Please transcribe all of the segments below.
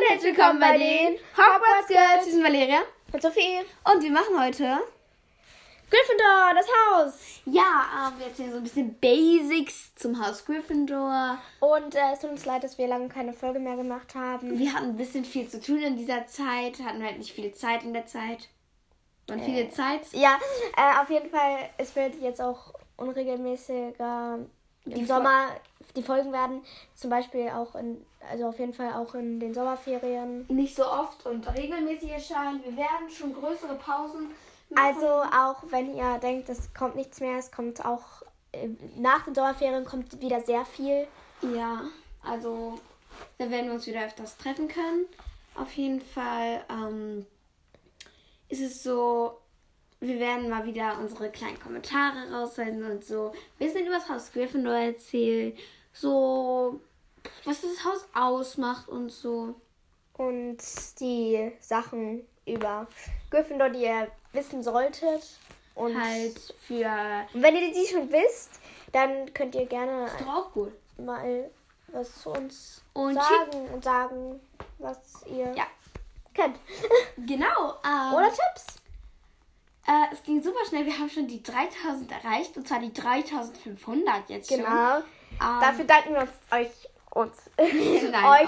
und herzlich willkommen bei den Hogwarts Girls. Wir sind Valeria Und Sophie. und wir machen heute, Gryffindor, das Haus. ja, ähm, jetzt hier so ein bisschen Basics zum Haus Gryffindor. Und äh, es tut uns leid, dass wir lange keine Folge mehr gemacht haben. Wir hatten ein bisschen viel zu tun in dieser Zeit, hatten halt nicht viel Zeit in der Zeit. Und viele Zeit. Ja, äh, auf jeden Fall, es wird jetzt auch unregelmäßiger Die im Sommer die Folgen werden. Zum Beispiel auch in, also auf jeden Fall auch in den Sommerferien. Nicht so oft und regelmäßig erscheinen. Wir werden schon größere Pausen Also auch wenn ihr denkt, es kommt nichts mehr, es kommt auch äh, nach den Sommerferien kommt wieder sehr viel. Ja, also da werden wir uns wieder öfters treffen können. Auf jeden Fall ähm, ist es so, wir werden mal wieder unsere kleinen Kommentare raushalten und so ein bisschen über das Haus Gryffindor erzählen. So, was das Haus ausmacht und so. und die Sachen über Gryffindor, die ihr wissen solltet. Und Halt für. Und wenn ihr die schon wisst, dann könnt ihr gerne Ist doch auch gut. mal was zu uns Und schickt- sagen und sagen, was ihr Ja. kennt. Genau. Ähm, Oder Tipps. Äh, es ging super schnell. Wir haben schon die 3000 erreicht. Und zwar die 3500 jetzt schon. Genau. Ähm, Dafür danken wir uns euch uns. Nein,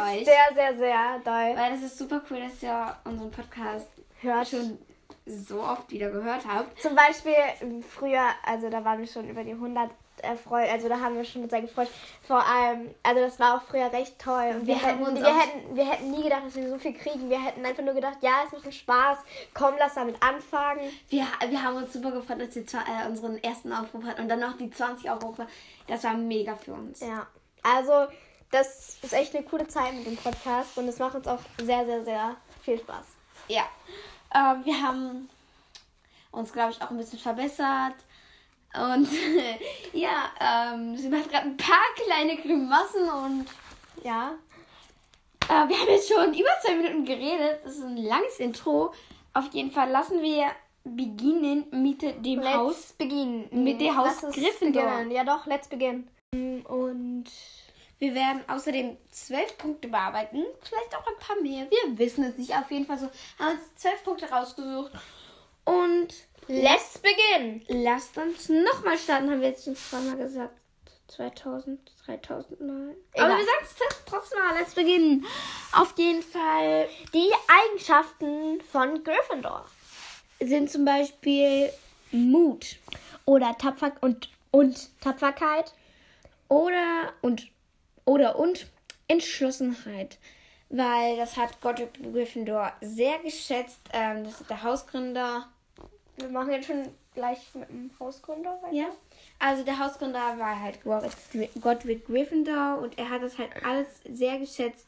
euch, euch. sehr, sehr, sehr doll. Weil das ist super cool, dass ihr unseren Podcast Hört schon so oft wieder gehört habt. Zum Beispiel ähm, früher, also da waren wir schon über die 100 erfreut, also da haben wir schon uns sehr gefreut. Vor allem, also das war auch früher recht toll. Und wir, Wir haben hätten, uns wir, auch- hätten, wir hätten nie gedacht, dass wir so viel kriegen. Wir hätten einfach nur gedacht, ja, es macht uns Spaß, komm, lass damit anfangen. Wir, wir haben uns super gefreut, als wir zwa- äh, unseren ersten Aufruf hatten und dann noch die 20 Aufrufe. Das war mega für uns. Ja, also das ist echt eine coole Zeit mit dem Podcast und es macht uns auch sehr, sehr, sehr viel Spaß. Ja. Ähm, wir haben uns, glaube ich, auch ein bisschen verbessert. Und ja, ähm, sie macht gerade ein paar kleine Grimassen und Ja, Äh, wir haben jetzt schon über zwei Minuten geredet. Das ist ein langes Intro. Auf jeden Fall lassen wir beginnen mit dem let's Haus. begin. mit dem Haus Lass uns Gryffindor. beginnen. Ja doch, let's begin. Mm, Und Wir werden außerdem zwölf Punkte bearbeiten. Vielleicht auch ein paar mehr. Wir wissen es nicht. Auf jeden Fall so haben uns zwölf Punkte rausgesucht. Und let's begin. lasst uns nochmal starten, haben wir jetzt schon zweimal gesagt. 2000, 3000 Mal. Aber Egal. wir sagen es trotzdem mal. Let's beginnen. Auf jeden Fall Die Eigenschaften von Gryffindor. sind zum Beispiel Mut. Oder Tapfer und, und Tapferkeit. Oder und oder und Entschlossenheit. Weil das hat Godric Gryffindor sehr geschätzt. Ähm, das ist der Hausgründer. Wir machen jetzt schon gleich mit dem Hausgründer weiter. Ja. Also der Hausgründer war halt Godric, Godric Gryffindor und er hat das halt alles sehr geschätzt.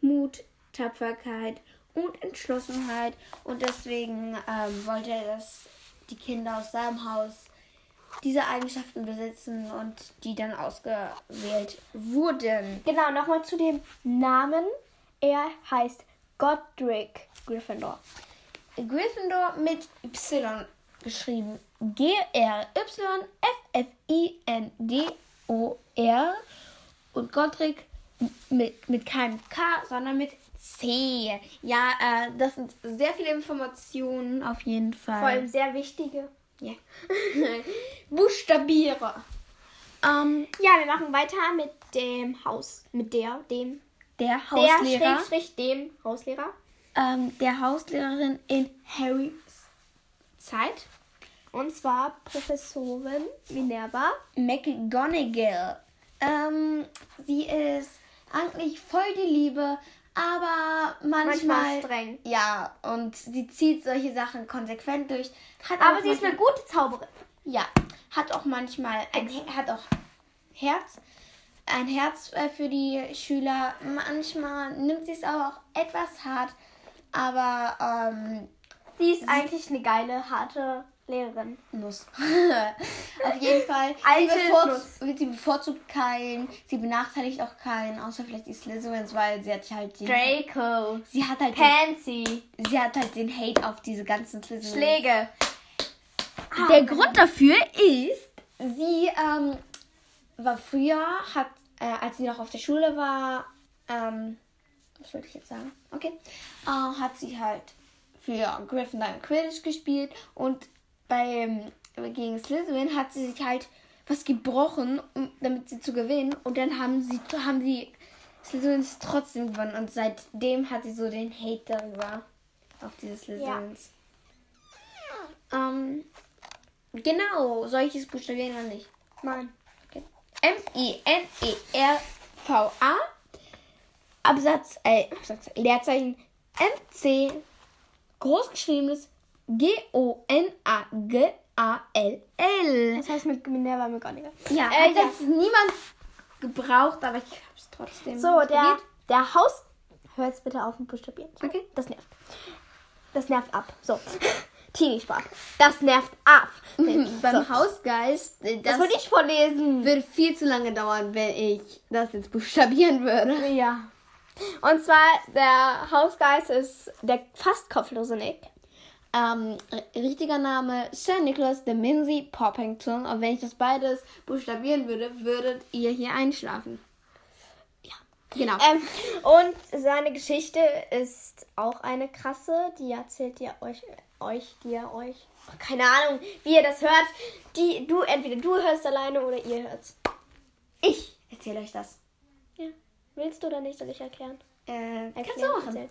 Mut, Tapferkeit und Entschlossenheit. Und deswegen ähm, wollte er, dass die Kinder aus seinem Haus diese Eigenschaften besitzen und die dann ausgewählt wurden. Genau, nochmal zu dem Namen. Er heißt Godric Gryffindor. Gryffindor mit Y geschrieben. G-R-Y-F-F-I-N-D-O-R. Und Godric mit, mit keinem K, sondern mit C. Ja, äh, das sind sehr viele Informationen auf jeden Fall. Vor allem sehr wichtige. Ja. Buchstabiere. Ähm, Ja, wir machen weiter mit dem Haus. Mit der, dem. der Der, Hauslehrer. Schräg, Schräg, dem Hauslehrer. ähm, der Hauslehrerin in Harrys Zeit. Und zwar Professorin Minerva. McGonagall. Ähm, sie ist eigentlich voll die Liebe, aber manchmal, Manchmal streng. Ja, und sie zieht solche Sachen konsequent durch. Hat Aber auch sie ist eine manchmal- gute Zauberin. Ja, hat auch manchmal ein He- hat auch Herz, ein Herz äh, für die Schüler. Manchmal nimmt sie es aber auch etwas hart, aber ähm, Sie ist eigentlich eine geile, harte Lehrerin. Nuss. Auf jeden Fall. sie, Alte bevorzugt, sie bevorzugt keinen, sie benachteiligt auch keinen, außer vielleicht die Slytherins, weil sie hat halt den. Draco. Sie hat halt den, Pansy. sie hat halt den Hate auf diese ganzen Slytherins. Schläge. Ah, Der Grund dafür ist, sie ähm, war früher, hat, äh, als sie noch auf der Schule war, ähm, das wollte ich jetzt sagen, okay, äh, hat sie halt für Gryffindor im Quidditch gespielt und beim, gegen Slytherin hat sie sich halt was gebrochen, um, damit sie zu gewinnen und dann haben sie, haben sie Slytherin ist trotzdem gewonnen und seitdem hat sie so den Hate darüber. Auf dieses Slytherins. Ähm, genau, soll ich es buchstabieren oder nicht? Nein. Okay. M-I-N-E-R-V-A Absatz, äh, Absatz, Leerzeichen M-C großgeschriebenes G-O-N-A-G-A-L-L. Das heißt mit Minerva McGonagall. Ja, also- Äh, hat ja. jetzt niemand gebraucht, aber ich hab's trotzdem. So, der, probiert. der Haus... Hör jetzt bitte auf mit Buchstabieren. Okay. Das nervt. Das nervt ab. So. Teenie-Spaß. Das nervt ab. Beim Hausgeist, äh, Das das würde ich vorlesen. würde viel zu lange dauern, wenn ich das jetzt buchstabieren würde. Ja. Und zwar, der Hausgeist ist der fast kopflose Nick. Ähm, r- richtiger Name Sir Nicholas de Minzy Poppington. Und wenn ich das beides buchstabieren würde, würdet ihr hier einschlafen. Ja, genau. Ähm, und seine Geschichte ist auch eine krasse. Die erzählt ihr euch, euch, dir, euch. Keine Ahnung, wie ihr das hört. Die, du, entweder du hörst alleine oder ihr hört's. ich erzähle euch das. Ja. Willst du oder nicht, soll ich erklären? Äh, kannst du Erklären, machen. erzählen.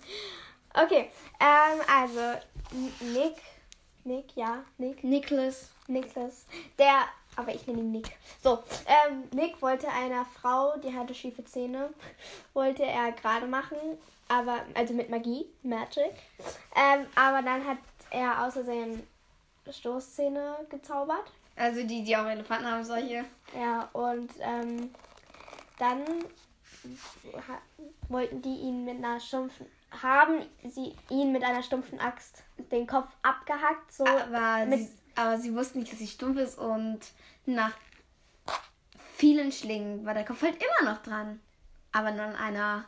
Okay, ähm, also N- Nick, Nick, ja, Nick, Nicholas. Niklas, der, aber ich nenne ihn Nick. So, ähm, Nick wollte einer Frau, die hatte schiefe Zähne, wollte er gerade machen, aber, also mit Magie, Magic. Ähm, aber dann hat er außersehen Stoßzähne gezaubert. Also die, die auch Elefanten haben, solche. Ja, und ähm, dann ha- wollten die ihn mit einer stumpfen, haben sie ihn mit einer stumpfen Axt den Kopf abgehackt, so Aber, mit- sie, aber sie wussten nicht, dass sie stumpf ist. Und nach vielen Schlingen war der Kopf halt immer noch dran. Aber nur an einer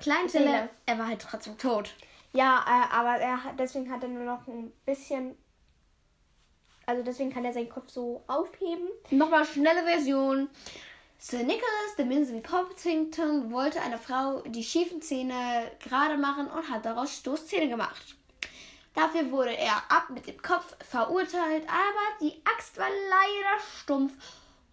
kleinen Stelle. Seele. Er war halt trotzdem tot. Ja, äh, aber er hat, deswegen hat er nur noch ein bisschen. Also deswegen kann er seinen Kopf so aufheben. Nochmal schnelle Version. Sir Nicholas de Minsley Poppington wollte einer Frau die schiefen Zähne gerade machen und hat daraus Stoßzähne gemacht. Dafür wurde er ab mit dem Kopf verurteilt, aber die Axt war leider stumpf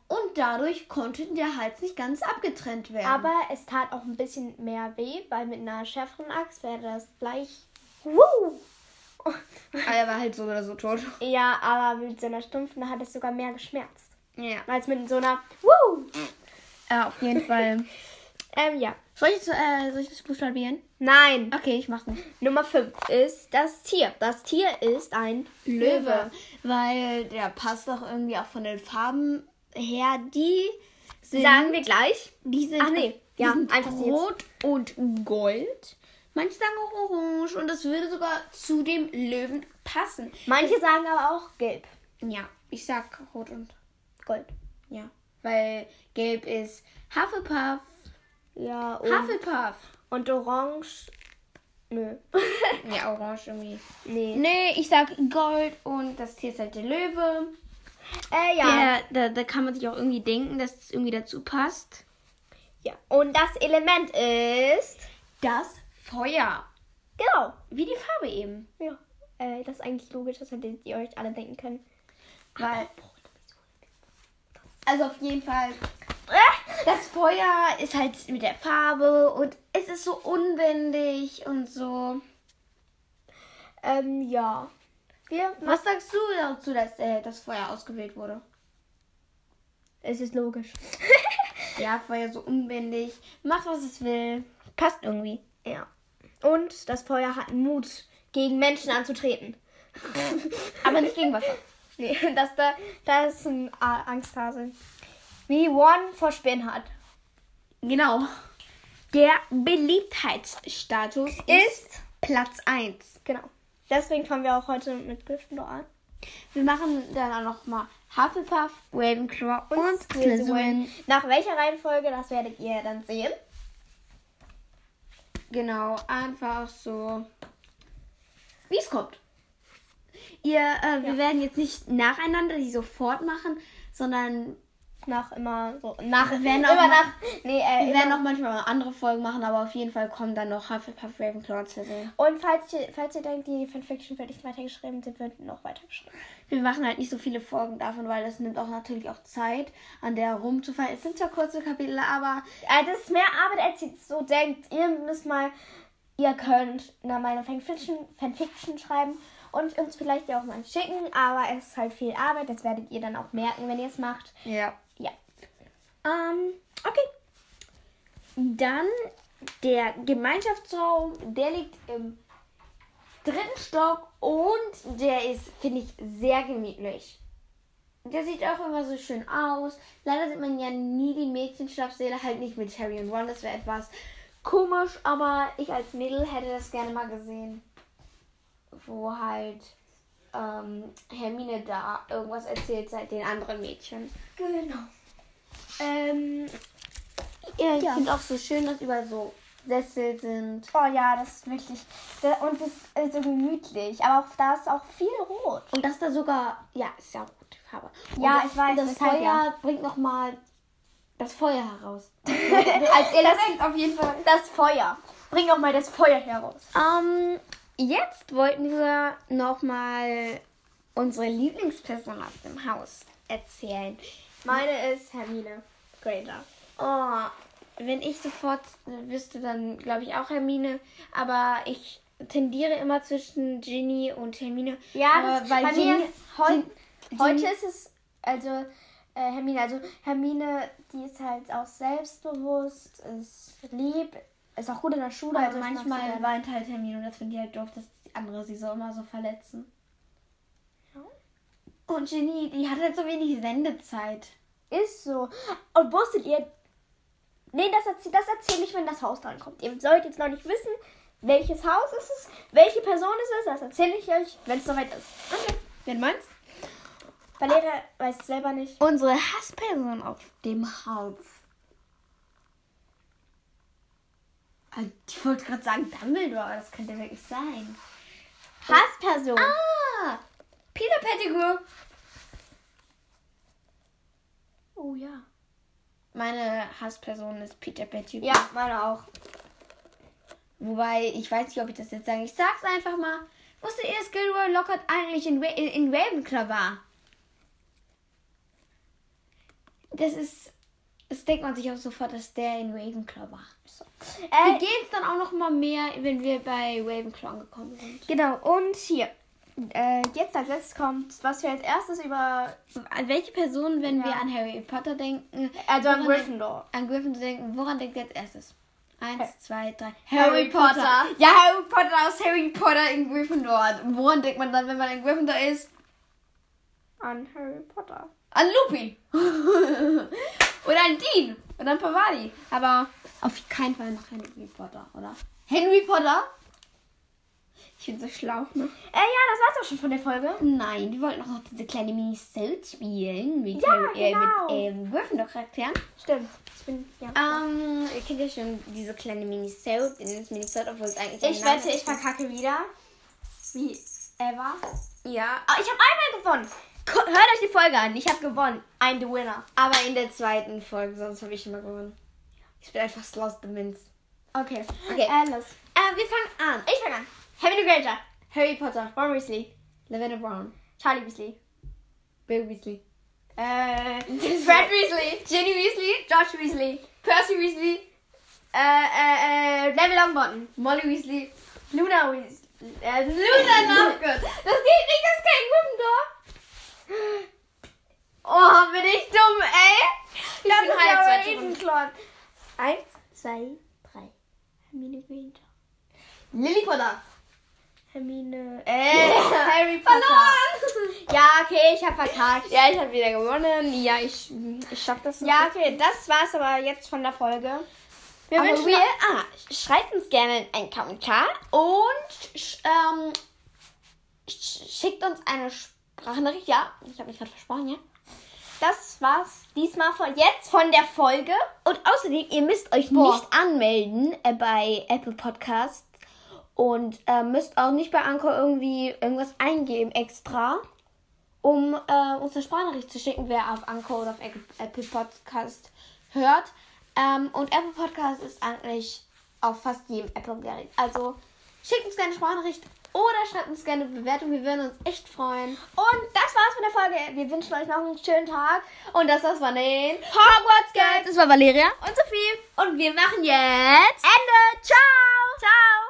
und dadurch konnte der Hals nicht ganz abgetrennt werden. Aber es tat auch ein bisschen mehr weh, weil mit einer schärferen Axt wäre das gleich. Woo! er war halt so oder so tot. Ja, aber mit so einer stumpfen hat es sogar mehr geschmerzt. Ja, Als mit so einer. Woo! auf jeden Fall. Ähm, ja. soll, ich, äh, soll ich das buchstabieren? Nein. Okay, ich mach's nicht. Nummer 5 ist das Tier. Das Tier ist ein Löwe, weil der passt doch irgendwie auch von den Farben her. Die sind, Sagen wir gleich. die sind, Ach nee, die ja, sind einfach jetzt. rot und gold. Manche sagen auch orange und das würde sogar zu dem Löwen passen. Manche sagen aber auch gelb. Ja, ich sag rot und Gold. ja, weil gelb ist Hufflepuff, Ja, und. Hufflepuff. Und orange. Nö. Ja, orange irgendwie. nee. Nee, ich sag gold und das Tier ist halt der Löwe. Äh, ja. Ja, da, da kann man sich auch irgendwie denken, dass es irgendwie dazu passt. ja. Und das Element ist. Das Feuer. Genau. Wie die Farbe eben. Ja. Äh, das ist eigentlich logisch, das hättet ihr euch alle denken können. Weil. Also auf jeden Fall. Äh, Das Feuer ist halt mit der Farbe und es ist so unbändig und so. ähm, ja. Wir Was sagst du dazu, dass äh, das Feuer ausgewählt wurde? Es ist logisch. Ja, Feuer so unbändig. Macht, was es will. Passt irgendwie. ja. Und das Feuer hat Mut, gegen Menschen anzutreten. Aber nicht gegen Wasser. Nee, das da, da ist ein A- Angsthase. Wie One vor Spin hat. Genau. Der Beliebtheitsstatus ist, Ist. Platz 1. Genau. Deswegen fangen wir auch heute mit Gryffindor an. Wir machen dann auch nochmal Hufflepuff, Ravenclaw und, und Slytherin. Slytherin. Nach welcher Reihenfolge, das werdet ihr dann sehen. Genau, einfach so, wie es kommt. Ihr, äh, wir werden jetzt nicht nacheinander die sofort machen, sondern nach immer so nach Wir werden auch immer mal- nach nee äh, Wir immer werden auch manchmal andere Folgen machen, aber auf jeden Fall kommen dann noch Hufflepuff Ravenclaw und Slytherin. und falls ihr, falls ihr denkt, die Fanfiction wird nicht weitergeschrieben, dann wird noch weitergeschrieben. Wir machen halt nicht so viele Folgen davon, weil das nimmt auch natürlich auch Zeit, an der rumzufallen. Es sind zwar kurze Kapitel, aber Äh, das ist mehr Arbeit, als ihr so denkt. Ihr müsst mal, ihr könnt nach meiner Fanfiction, Fanfiction schreiben und uns vielleicht ja auch mal schicken, aber es ist halt viel Arbeit. Das werdet ihr dann auch merken, wenn ihr es macht. ja. Ja. Ähm, okay. Dann der Gemeinschaftsraum, der liegt im dritten Stock und der ist, finde ich, sehr gemütlich. Der sieht auch immer so schön aus. Leider sieht man ja nie die Mädchenschlafsäle, halt nicht mit Harry und Ron. Das wäre etwas komisch, aber ich als Mädel hätte das gerne mal gesehen. Wo halt ähm, Hermine da irgendwas erzählt seit den anderen Mädchen. Genau. Ähm, Ja, ich Ja. finde auch so schön, dass überall so Sessel sind. oh ja, das ist wirklich. da- Und es ist so gemütlich. Aber auch da ist auch viel rot. Und dass da sogar, ja, ist ja auch gute Farbe. Und Ja, das- ich weiß, Das deshalb, Feuer ja. bringt nochmal das Feuer heraus. Als Element auf jeden Fall. Das Feuer. Bring auch mal das Feuer heraus. Ähm, jetzt wollten wir nochmal unsere Lieblingsperson aus dem Haus erzählen. Meine ist Hermine Granger. Oh, wenn ich sofort wüsste, dann glaube ich auch Hermine. Aber ich tendiere immer zwischen Ginny und Hermine. Ja, aber das, weil bei Ginny, mir ist heu, Gin- heute Gin- ist es also äh, Hermine, also Hermine, die ist halt auch selbstbewusst, ist lieb, ist auch gut in der Schule. Aber also ich mag sie manchmal gerne. weint halt Hermine und das finde ich halt doof, dass die andere sie so immer so verletzen. Und Oh, Ginny, die hat halt so wenig Sendezeit. Ist so. Und wusstet ihr. Nee, das, erzie das erzähle ich, wenn das Haus dran kommt. Ihr sollt jetzt noch nicht wissen, welches Haus ist es, welche Person es ist. Das erzähle ich euch, wenn es soweit ist. Wen meinst Valeria weiß es selber nicht. Unsere Hassperson auf dem Haus. Ah, Ich wollte gerade sagen Dumbledore, aber das könnte wirklich sein. Hassperson. Ah! Peter Pettigrew. Oh ja. Meine Hassperson ist Peter Pettigrew. Ja, meine auch. Wobei, ich weiß nicht, ob ich das jetzt sage. Ich sag's einfach mal. Wusstet ihr, dass Gilroy Lockhart eigentlich in, Ra in, in Ravenclaw war? Das ist... Das denkt man sich auch sofort, dass der in Ravenclaw war. Wir Äh, gehen es dann auch noch mal mehr, wenn wir bei Ravenclaw angekommen sind. genau, und hier. Äh, jetzt als letztes kommt, was wir als erstes über. An welche Person, wenn Ja. wir an Harry Potter denken, Also an woran Gryffindor. denk- an Gryffindor denken, woran denkt ihr als erstes? Eins, Ha- zwei, drei. Harry Potter. Ja, Harry Potter aus Harry Potter in Gryffindor. Woran denkt man dann, wenn man in Gryffindor ist? An Harry Potter. An Lupin. oder an Dean. Oder an Pavani. Aber auf keinen Fall nach Henry Potter, oder? Henry Potter? Ich bin so schlau, ne? Äh, ja, das war's auch schon von der Folge. Nein, die wollten auch noch diese kleine Mini-Suit spielen. Mit, Ja, Harry- genau. äh, mit ähm, Gryffindor-Charakteren. Stimmt. Ich bin. Ja. Ähm, ihr kennt ja schon diese kleine Mini-Suit. Wir nennen es Mini-Suit, obwohl es eigentlich... Ich ein Name wette, ich ist. verkacke wieder. Wie ever. Ja, Ah, ich habe einmal gewonnen. Ko- Hört euch die Folge an. Ich habe gewonnen. I'm the winner. aber in der zweiten Folge, sonst habe ich immer gewonnen. Ich bin einfach Sloth the Minz. Okay. Okay. Äh, los. Äh, wir fangen an. Ich fange an. Hermine Granger. Harry Potter, Ron Weasley. Lavender Brown, Charlie Weasley. Bill Weasley. Äh, Fred Weasley. Ginny Weasley. George Weasley. Percy Weasley, Äh, äh, äh, Neville Longbottom. Molly Weasley. Luna Weasley. Äh, Luna Luna Lovegood. Lovegood. Das geht nicht, das ist kein Gryffindor. Oh, bin ich dumm, ey. Ich bin bin halb halb so dumm. Ravenclaw. Eins, zwei, drei. Hermine Granger. Lily Potter. Hermine. Äh, Harry Potter. Verloren. Ja, okay, ich hab verkackt. Ja, ich habe wieder gewonnen. Ja, ich, ich schaff das Ja, okay, das war's aber jetzt von der Folge. Wir Aber wünschen wir, ah, schreibt uns gerne einen Kommentar und sch, ähm, sch, schickt uns eine Sprachnachricht. Ja, ich habe mich gerade versprochen, ja. das war's diesmal von jetzt von der Folge. Und außerdem, ihr müsst euch Boah. nicht anmelden äh, bei Apple Podcasts und äh, müsst auch nicht bei Anchor irgendwie irgendwas eingeben extra. um äh, uns eine Sprachnachricht zu schicken, wer auf Anchor oder auf Apple Podcast hört. Ähm, und Apple Podcast ist eigentlich auf fast jedem Apple-Gerät. Also schickt uns gerne Sprachnachricht oder schreibt uns gerne eine Bewertung. Wir würden uns echt freuen. Und das war's mit der Folge. Wir wünschen euch noch einen schönen Tag. Und das war's von den Hogwarts Games. war Valeria Und Sophie. und wir machen jetzt Ende. Ciao. Ciao.